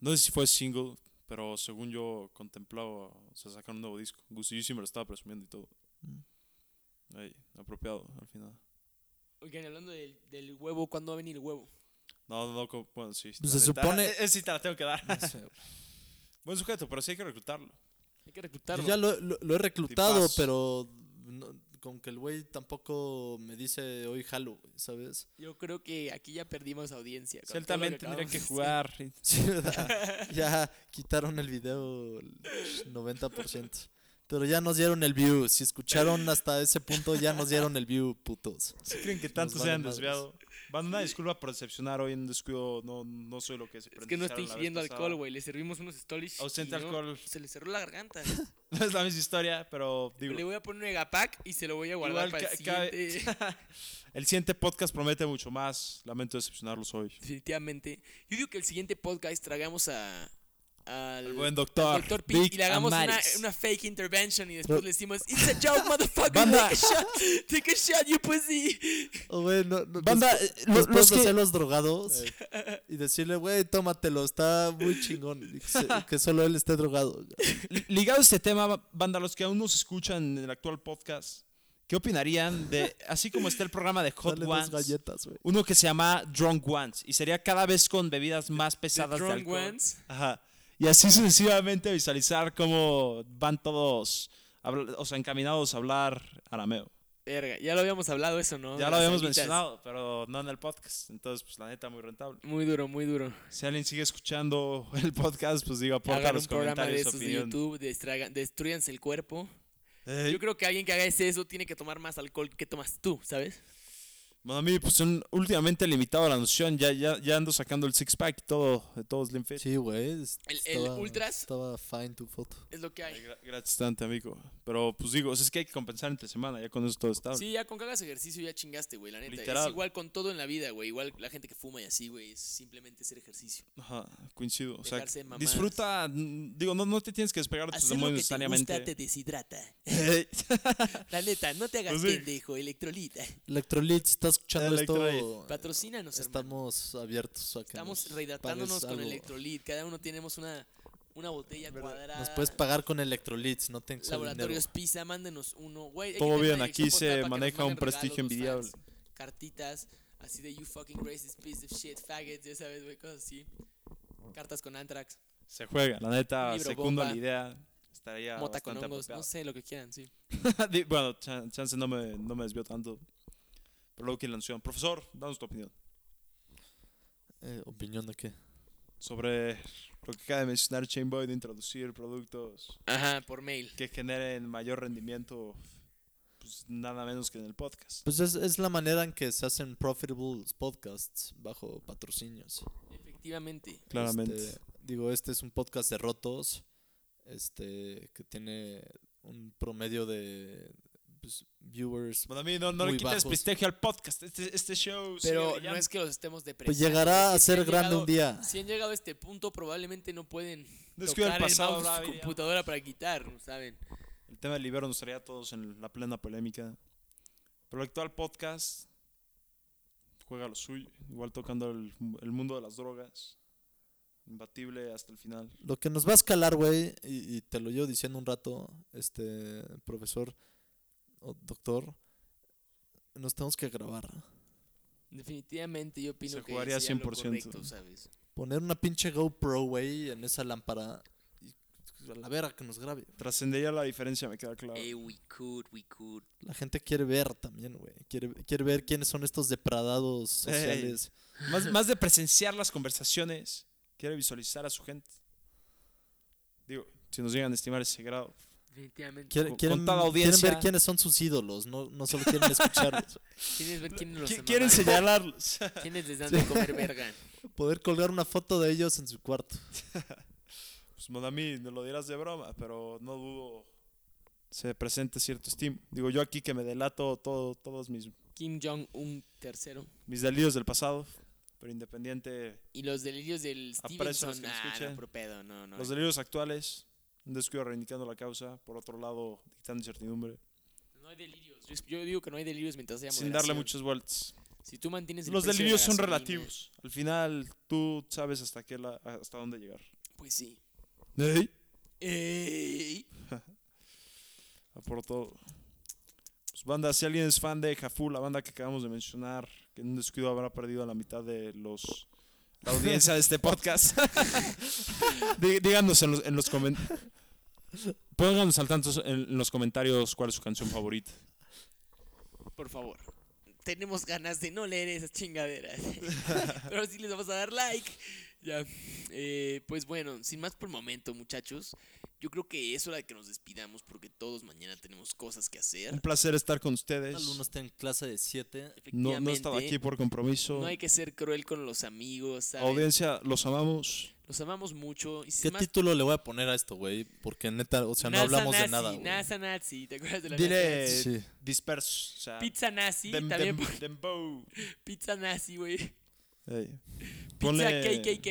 Speaker 4: No sé si fue single, pero según yo contemplaba, o sea, sacaron un nuevo disco. Gusto, yo sí me lo estaba presumiendo y todo. Ahí, apropiado al final.
Speaker 3: Oigan, hablando del, del huevo, ¿cuándo va a venir el huevo?
Speaker 4: No, no, no, co- bueno, sí.
Speaker 5: Pues
Speaker 4: la
Speaker 5: se
Speaker 4: neta,
Speaker 5: supone-
Speaker 4: eh, eh, sí te la tengo que dar.
Speaker 5: No sé.
Speaker 4: Buen sujeto, pero sí hay que reclutarlo.
Speaker 3: Hay que
Speaker 5: Yo
Speaker 3: reclutarlo.
Speaker 5: ya lo, lo- lo he reclutado,
Speaker 4: Tipazo.
Speaker 5: pero no- como que el güey tampoco me dice hoy jalo, güey, ¿sabes?
Speaker 3: Yo creo que aquí ya perdimos audiencia. con
Speaker 4: Sí, él
Speaker 3: todo lo
Speaker 4: también tendría
Speaker 3: acabamos
Speaker 4: que
Speaker 3: de
Speaker 4: jugar.
Speaker 5: Sí, ¿verdad? ya quitaron el video el 90%. Pero ya nos dieron el view. Si escucharon hasta ese punto, ya nos dieron el view, putos.
Speaker 4: Si creen que tanto
Speaker 5: vale
Speaker 4: se han
Speaker 5: madres.
Speaker 4: desviado. Van una disculpa por decepcionar hoy en descuido. No, no soy lo que se
Speaker 3: hacer. Es que no está
Speaker 4: presentaron la vez
Speaker 3: ingiriendo
Speaker 4: pasada.
Speaker 3: alcohol, güey. Le servimos unos stories.
Speaker 4: Ausente
Speaker 3: y no,
Speaker 4: alcohol.
Speaker 3: Se le cerró la garganta.
Speaker 4: No es la misma historia, pero
Speaker 3: le
Speaker 4: digo.
Speaker 3: voy a poner un egapack y se lo voy a guardar
Speaker 4: igual
Speaker 3: para
Speaker 4: ca-
Speaker 3: el
Speaker 4: cabe-
Speaker 3: siguiente.
Speaker 4: el siguiente podcast promete mucho más. Lamento decepcionarlos hoy.
Speaker 3: Definitivamente. Yo digo que el siguiente podcast tragamos a. Al
Speaker 4: El buen doctor.
Speaker 3: al Pi
Speaker 4: Vic
Speaker 3: y le hagamos una,
Speaker 4: Amaris.
Speaker 3: una fake intervention y después le decimos: It's a joke, motherfucker.
Speaker 5: Banda.
Speaker 3: Take a shot. Take a shot, you pussy.
Speaker 5: Oh, güey, no- no-
Speaker 4: Banda,
Speaker 5: despu-
Speaker 4: eh, lo-
Speaker 5: después
Speaker 4: los
Speaker 5: de
Speaker 4: que-
Speaker 5: hacerlos drogados y decirle, güey, tómatelo, está muy chingón. Y que, se- que solo él esté drogado.
Speaker 4: Li- Ligado a este tema, banda, los que aún nos escuchan en el actual podcast, ¿qué opinarían de, así como está el programa de Hot
Speaker 5: Dale dos
Speaker 4: Ones,
Speaker 5: galletas, güey.
Speaker 4: uno que se llama Drunk Ones y sería cada vez con bebidas más pesadas de
Speaker 3: Drunk
Speaker 4: alcohol?
Speaker 3: ones.
Speaker 4: Ajá. Y así sucesivamente visualizar cómo van todos, habl- o sea, encaminados a hablar arameo.
Speaker 3: Verga, ya lo habíamos hablado eso, ¿no?
Speaker 4: Ya
Speaker 3: De
Speaker 4: lo
Speaker 3: las
Speaker 4: habíamos
Speaker 3: alitas.
Speaker 4: mencionado, pero no en el podcast. Entonces, pues la neta, muy rentable.
Speaker 3: Muy duro, muy duro.
Speaker 4: Si alguien sigue escuchando el podcast, pues digo, aporta
Speaker 3: Hagan
Speaker 4: los
Speaker 3: un programa de
Speaker 4: comentarios,
Speaker 3: esos de
Speaker 4: opinión. Eh,
Speaker 3: YouTube, destraga- destruyanse el cuerpo.
Speaker 4: Ey.
Speaker 3: Yo creo que alguien que haga ese eso tiene que tomar más alcohol que tomas tú, ¿sabes?
Speaker 4: Bueno, a mí, pues un- últimamente he limitado la noción. Ya, ya, ya ando sacando el six-pack y todo, de todos Slim Fit.
Speaker 5: Sí, güey. es-
Speaker 3: El- el Ultras.
Speaker 5: Estaba fine tu foto.
Speaker 3: Es lo que
Speaker 4: Ay,
Speaker 3: hay.
Speaker 4: gra- Gracias, tante, amigo. Pero, pues digo, o sea, es que hay que compensar entre semana. Ya con eso todo está.
Speaker 3: Sí, ya con que hagas ejercicio ya chingaste, güey, la neta. Es
Speaker 4: Literal.
Speaker 3: igual con todo en la vida, güey. Igual la gente que fuma y así, güey, es simplemente hacer ejercicio.
Speaker 4: Ajá, coincido. O sea,
Speaker 3: Dejarse de mamadas.
Speaker 4: disfruta. mm, Digo, no, no te tienes que despegar de tus
Speaker 3: Hacer lo
Speaker 4: demonios
Speaker 3: que te gusta
Speaker 4: necesariamente.
Speaker 3: te deshidrata. La neta, no te hagas
Speaker 4: Pues sí.
Speaker 3: pendejo, electrolita.
Speaker 5: Electrolit, si estás escuchando esto.
Speaker 4: Electrolit.
Speaker 3: Patrocínanos, hermano.
Speaker 5: Estamos abiertos a que
Speaker 3: Estamos
Speaker 5: nos
Speaker 3: rehidratándonos
Speaker 5: pagues
Speaker 3: con
Speaker 5: algo.
Speaker 3: electrolit. Cada uno tenemos una, una botella cuadrada.
Speaker 5: Nos puedes pagar con electrolits, no te
Speaker 3: Laboratorios Pisa, mándenos uno. Güey, hay que
Speaker 4: Todo
Speaker 3: tener
Speaker 4: bien,
Speaker 3: una
Speaker 4: aquí
Speaker 3: dirección
Speaker 4: se
Speaker 3: por acá para que nos
Speaker 4: maneja
Speaker 3: manden
Speaker 4: un prestigio
Speaker 3: regalos los
Speaker 4: envidiable.
Speaker 3: fans, Cartitas, así de you fucking racist piece of shit, faggots, ya sabes, güey, cosas así. Cartas con anthrax,
Speaker 4: Se juega, la neta,
Speaker 3: Libro
Speaker 4: segundo
Speaker 3: bomba.
Speaker 4: la idea. Estaría
Speaker 3: mota con
Speaker 4: bastante
Speaker 3: hongos, no
Speaker 4: apropiado.
Speaker 3: sé, lo que quieran, sí.
Speaker 4: Di- bueno, chan- chance no me, no me desvió tanto. Pero luego que la noción. Profesor, danos tu opinión.
Speaker 5: Eh, ¿Opinión de qué?
Speaker 4: sobre lo que acaba de mencionar Chainboy de introducir productos
Speaker 3: Ajá, por mail.
Speaker 4: que generen mayor rendimiento, pues nada menos que en el podcast.
Speaker 5: Pues es, es la manera en que se hacen profitable los podcasts bajo patrocinios.
Speaker 3: Efectivamente.
Speaker 5: Este, digo, este es un podcast de rotos, este, que tiene un promedio de pues, viewers.
Speaker 4: Bueno, a mí no, no le
Speaker 5: Muy
Speaker 4: quites
Speaker 5: bajos.
Speaker 4: prestigio al podcast. Este, este show. sigue
Speaker 3: Pero no
Speaker 4: brillando.
Speaker 3: es que los estemos depreciando.
Speaker 5: Pues llegará
Speaker 3: güey,
Speaker 5: a
Speaker 3: si
Speaker 5: ser
Speaker 3: han
Speaker 5: grande un
Speaker 3: llegado-
Speaker 5: día.
Speaker 3: Si han llegado a este punto, probablemente no pueden
Speaker 4: Descuida el
Speaker 3: tocar el,
Speaker 4: pasado,
Speaker 3: mouse de su
Speaker 4: Ravi, ya.
Speaker 3: computadora para quitar, ¿saben?
Speaker 4: El tema del Libero nos traía a todos en la plena polémica. Pero el actual podcast juega lo suyo. Igual tocando el, el mundo de las drogas. Imbatible hasta el final.
Speaker 5: Lo que nos va a escalar, güey, y, y te lo llevo diciendo un rato, este, profesor o doctor, nos tenemos que grabar.
Speaker 3: Definitivamente yo opino
Speaker 4: Se
Speaker 3: que
Speaker 4: jugaría
Speaker 3: sería lo
Speaker 4: 100%.
Speaker 3: correcto, ¿sabes?
Speaker 5: Poner una pinche GoPro, güey, en esa lámpara y pues, a la vera que nos grabe.
Speaker 4: Trascendería la diferencia, me queda claro.
Speaker 3: Eh, we could, we could.
Speaker 5: La gente quiere ver también, güey. Quiere, quiere ver quiénes son estos depradados
Speaker 4: Ey.
Speaker 5: sociales.
Speaker 4: Más, más de presenciar las conversaciones, quiere visualizar a su gente. Digo, si nos llegan a estimar ese grado.
Speaker 3: Definitivamente.
Speaker 5: Quiere-
Speaker 4: Con-
Speaker 5: quieren,
Speaker 4: con toda
Speaker 5: quieren ver
Speaker 4: audiencia.
Speaker 5: quiénes son sus ídolos, no, no solo quieren escucharlos.
Speaker 3: ¿Quiénes ven quiénes los
Speaker 4: Qui-
Speaker 3: amaban?
Speaker 4: Quieren señalarlos.
Speaker 3: ¿Quiénes les dan de comer verga?
Speaker 5: Poder colgar una foto de ellos en su cuarto.
Speaker 4: Pues Monami, no lo dirás de broma, pero no dudo se presente cierto estímulo. Digo, yo aquí que me delato todo, todos mis,
Speaker 3: Kim Jong-un tercero.
Speaker 4: mis delirios del pasado, pero independiente,
Speaker 3: Y los delirios del
Speaker 4: Aprecio a los que
Speaker 3: Stevenson.
Speaker 4: me
Speaker 3: Ah, no,
Speaker 4: escuchen.
Speaker 3: pro pedo, no, no.
Speaker 4: los delirios actuales, un descuido reivindicando la causa, por otro lado, dictando incertidumbre,
Speaker 3: No hay delirios. Yo, yo digo que no hay delirios mientras haya
Speaker 4: sin darle
Speaker 3: moderación.
Speaker 4: muchas vueltas.
Speaker 3: Si tú mantienes el
Speaker 4: Los
Speaker 3: precio de la
Speaker 4: delirios son
Speaker 3: gasolina,
Speaker 4: relativos. Al final, tú sabes hasta, qué la- hasta dónde llegar.
Speaker 3: Pues sí.
Speaker 4: Ey.
Speaker 3: Ey.
Speaker 4: aportó. Pues banda, si alguien es fan de Jafú, la banda que acabamos de mencionar, que en un descuido habrá perdido a la mitad de los la audiencia de este podcast. Dí- Díganos en los, en los comentarios. Pónganos al tanto en los comentarios cuál es su canción favorita.
Speaker 3: Por favor. Tenemos ganas de no leer esas chingaderas. Pero sí les vamos a dar like. Ya. Eh, pues bueno, sin más por momento, muchachos. Yo creo que es hora de que nos despidamos porque todos mañana tenemos cosas que hacer.
Speaker 4: Un placer estar con ustedes.
Speaker 5: Algunos tienen clase de 7.
Speaker 4: No, no estaba
Speaker 3: Efectivamente,
Speaker 4: aquí por compromiso.
Speaker 3: No hay que ser cruel con los amigos, ¿saben?
Speaker 4: Audiencia, los amamos.
Speaker 3: Los amamos mucho. Y
Speaker 5: ¿Qué
Speaker 3: sin más,
Speaker 5: título le voy a poner a esto, güey? Porque neta, o sea, no
Speaker 3: NASA
Speaker 5: hablamos de
Speaker 3: nazi,
Speaker 5: nada, güey.
Speaker 3: NASA nazi, ¿te acuerdas de la NASA
Speaker 4: Dile
Speaker 3: nazi?
Speaker 5: Sí.
Speaker 4: dispersos. O sea,
Speaker 3: Pizza nazi,
Speaker 4: dem-
Speaker 3: también
Speaker 4: dem-
Speaker 3: pon-
Speaker 4: dembow.
Speaker 3: pizza nazi, güey. Pizza
Speaker 4: Ey. Ponle
Speaker 3: KKK.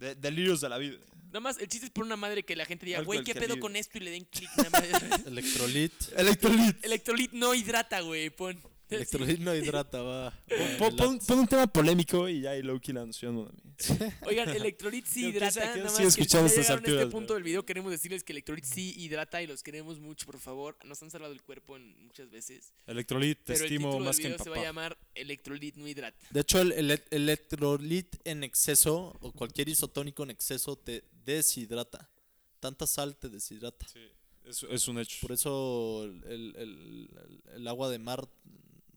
Speaker 4: de- delirios de la vida.
Speaker 3: Nada más, el chiste es por una madre que la gente diga,
Speaker 4: Algo
Speaker 3: güey,
Speaker 4: del
Speaker 3: ¿qué
Speaker 4: que
Speaker 3: pedo
Speaker 4: vive.
Speaker 3: con esto? Y le den clic nada más.
Speaker 5: Electrolit.
Speaker 4: Electrolit.
Speaker 3: Electrolit no hidrata, güey, pon.
Speaker 5: Electrolit no hidrata, va.
Speaker 4: Pon, pon- pon un tema polémico y ya y Loki la anunció a mí.
Speaker 3: Oigan, Electrolit sí
Speaker 4: Yo
Speaker 3: hidrata.
Speaker 4: quisiera que
Speaker 3: Nada más
Speaker 4: sí
Speaker 3: que
Speaker 4: escuchamos
Speaker 3: si ya
Speaker 4: estas
Speaker 3: llegaron a este
Speaker 4: alturas,
Speaker 3: punto
Speaker 4: güey.
Speaker 3: del video, queremos decirles que Electrolit sí hidrata y los queremos mucho, por favor. Nos han salvado el cuerpo en muchas veces.
Speaker 4: Electrolit, te
Speaker 3: Pero el
Speaker 4: estimo
Speaker 3: título
Speaker 4: más
Speaker 3: del
Speaker 4: que en
Speaker 3: video se va a
Speaker 4: papá.
Speaker 3: llamar Electrolit no hidrata.
Speaker 5: De hecho, el, ele- electrolit en exceso o cualquier isotónico en exceso te deshidrata. Tanta sal te deshidrata.
Speaker 4: Es, es un hecho.
Speaker 5: Por eso el, el- el- el agua de mar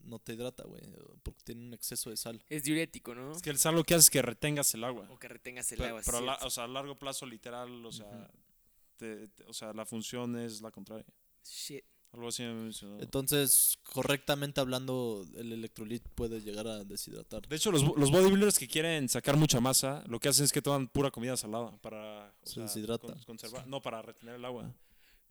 Speaker 5: no te hidrata, güey. Porque tiene un exceso de sal.
Speaker 3: Es diurético, ¿no?
Speaker 4: Es que el sal lo que hace es que retengas el agua.
Speaker 3: O que retengas el
Speaker 4: Pe-
Speaker 3: agua.
Speaker 4: pero a,
Speaker 3: sí,
Speaker 4: la-
Speaker 3: es-
Speaker 4: o sea, a largo plazo, literal, o sea, te- te- o sea, la función es la contraria.
Speaker 3: Shit.
Speaker 4: Algo así me mencionó.
Speaker 5: Entonces, correctamente hablando, el electrolit puede llegar a deshidratar.
Speaker 4: De hecho, los, bo- los bodybuilders que quieren sacar mucha masa, lo que hacen es que toman pura comida salada para o
Speaker 5: Se
Speaker 4: sea,
Speaker 5: deshidrata.
Speaker 4: con- conservar, no, para retener el agua.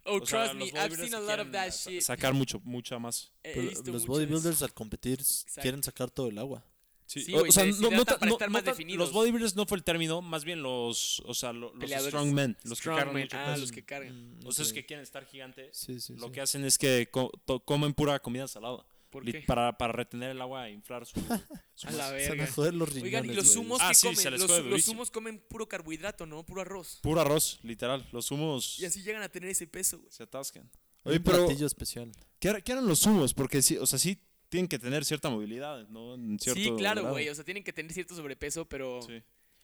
Speaker 3: Oh,
Speaker 4: O sea,
Speaker 3: trust
Speaker 4: los
Speaker 3: me, I've
Speaker 4: bodybuilders
Speaker 3: seen a
Speaker 4: que
Speaker 3: lot of
Speaker 4: quieren
Speaker 3: that
Speaker 4: sa-
Speaker 3: shit. Eh,
Speaker 4: Sacar mucho, mucha masa.
Speaker 3: He
Speaker 5: Pero
Speaker 3: visto
Speaker 5: los
Speaker 3: mucho de eso.
Speaker 5: bodybuilders al competir s-
Speaker 3: Exacto.
Speaker 5: quieren sacar todo el agua.
Speaker 3: Sí, güey, se deshidratan para estar más
Speaker 4: tan-
Speaker 3: definidos.
Speaker 4: Los bodybuilders no fue el término, más bien los, o sea, lo- los
Speaker 3: Peleadores.
Speaker 4: strongmen, los que cargan
Speaker 3: Strongman,
Speaker 4: mucho
Speaker 3: ah,
Speaker 4: peso.
Speaker 3: los que cargan.
Speaker 5: Mm,
Speaker 4: O sea, es
Speaker 5: ok.
Speaker 4: que quieren estar gigantes.
Speaker 5: Sí, sí,
Speaker 4: lo
Speaker 5: sí.
Speaker 4: que hacen es que co- to- comen pura comida salada.
Speaker 3: ¿Por
Speaker 4: Li-
Speaker 3: qué?
Speaker 4: Para, para retener el agua e inflar su. su
Speaker 3: A la
Speaker 4: masa.
Speaker 5: Se van
Speaker 3: verga.
Speaker 5: a joder los riñones,
Speaker 3: Oigan, y los
Speaker 5: güey.
Speaker 3: humos
Speaker 4: Ah,
Speaker 3: que
Speaker 4: sí, se
Speaker 3: comen,
Speaker 4: les
Speaker 3: los,
Speaker 4: jode
Speaker 3: los
Speaker 4: durísimo.
Speaker 3: humos comen puro carbohidrato, ¿no? Puro arroz.
Speaker 4: Puro arroz, literal. Los humos
Speaker 3: Y así llegan a tener ese peso, güey.
Speaker 4: se atascan.
Speaker 5: Hay
Speaker 4: Oye,
Speaker 5: un
Speaker 4: pero.
Speaker 5: platillo especial.
Speaker 4: ¿qué, era- qué eran los humos? Porque sí, o sea, sí tienen que tener cierta movilidad, ¿no? En cierto
Speaker 3: Sí, claro,
Speaker 4: grado.
Speaker 3: güey. O sea, tienen que tener cierto sobrepeso, pero
Speaker 4: Sí.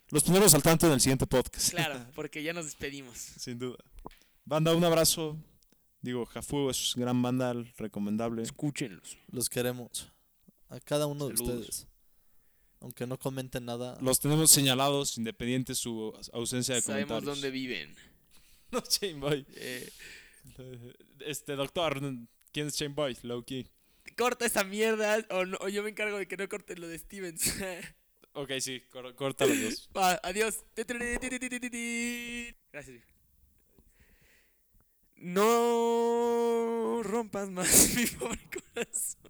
Speaker 4: Los pondremos al tanto en el siguiente podcast.
Speaker 3: claro, porque ya nos despedimos.
Speaker 4: Sin duda. Banda, un abrazo. Digo, Jafu es gran banda, recomendable.
Speaker 3: Escúchenlos.
Speaker 5: Los queremos. A cada uno de
Speaker 3: Saludos.
Speaker 5: ustedes. Aunque no comenten nada.
Speaker 4: Los tenemos señalados, independiente su ausencia de
Speaker 3: Sabemos
Speaker 4: comentarios.
Speaker 3: dónde viven.
Speaker 4: No, Shane Boy.
Speaker 3: Eh,
Speaker 4: Este, doctor, ¿quién es Shane Boy? Loki.
Speaker 3: corta esa mierda o, no- o yo me encargo de que no corten lo de Stevens.
Speaker 4: Ok, sí, cor- corta los dos.
Speaker 3: Va, adiós. Gracias. No rompas más mi pobre corazón.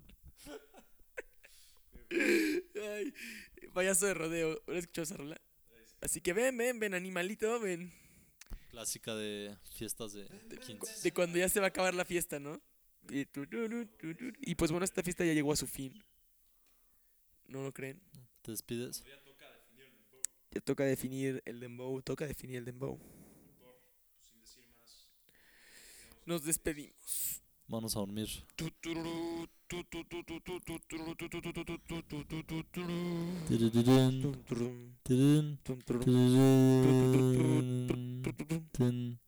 Speaker 3: Ay, payaso de rodeo. ¿Has escuchado esa rola? Así que ven, ven, ven, animalito, ven.
Speaker 5: Clásica de fiestas de, de 15.
Speaker 3: De cuando ya se va a acabar la fiesta, ¿no? Y, tu, tu, tu, tu, tu. Y pues bueno, esta fiesta ya llegó a su fin. ¿No lo creen?
Speaker 5: ¿Te despides?
Speaker 3: Ya toca definir el dembow, toca definir el dembow. Nos despedimos.
Speaker 5: Vamos a dormir. Tiriririrín, tirirín, tirirín, tirirín.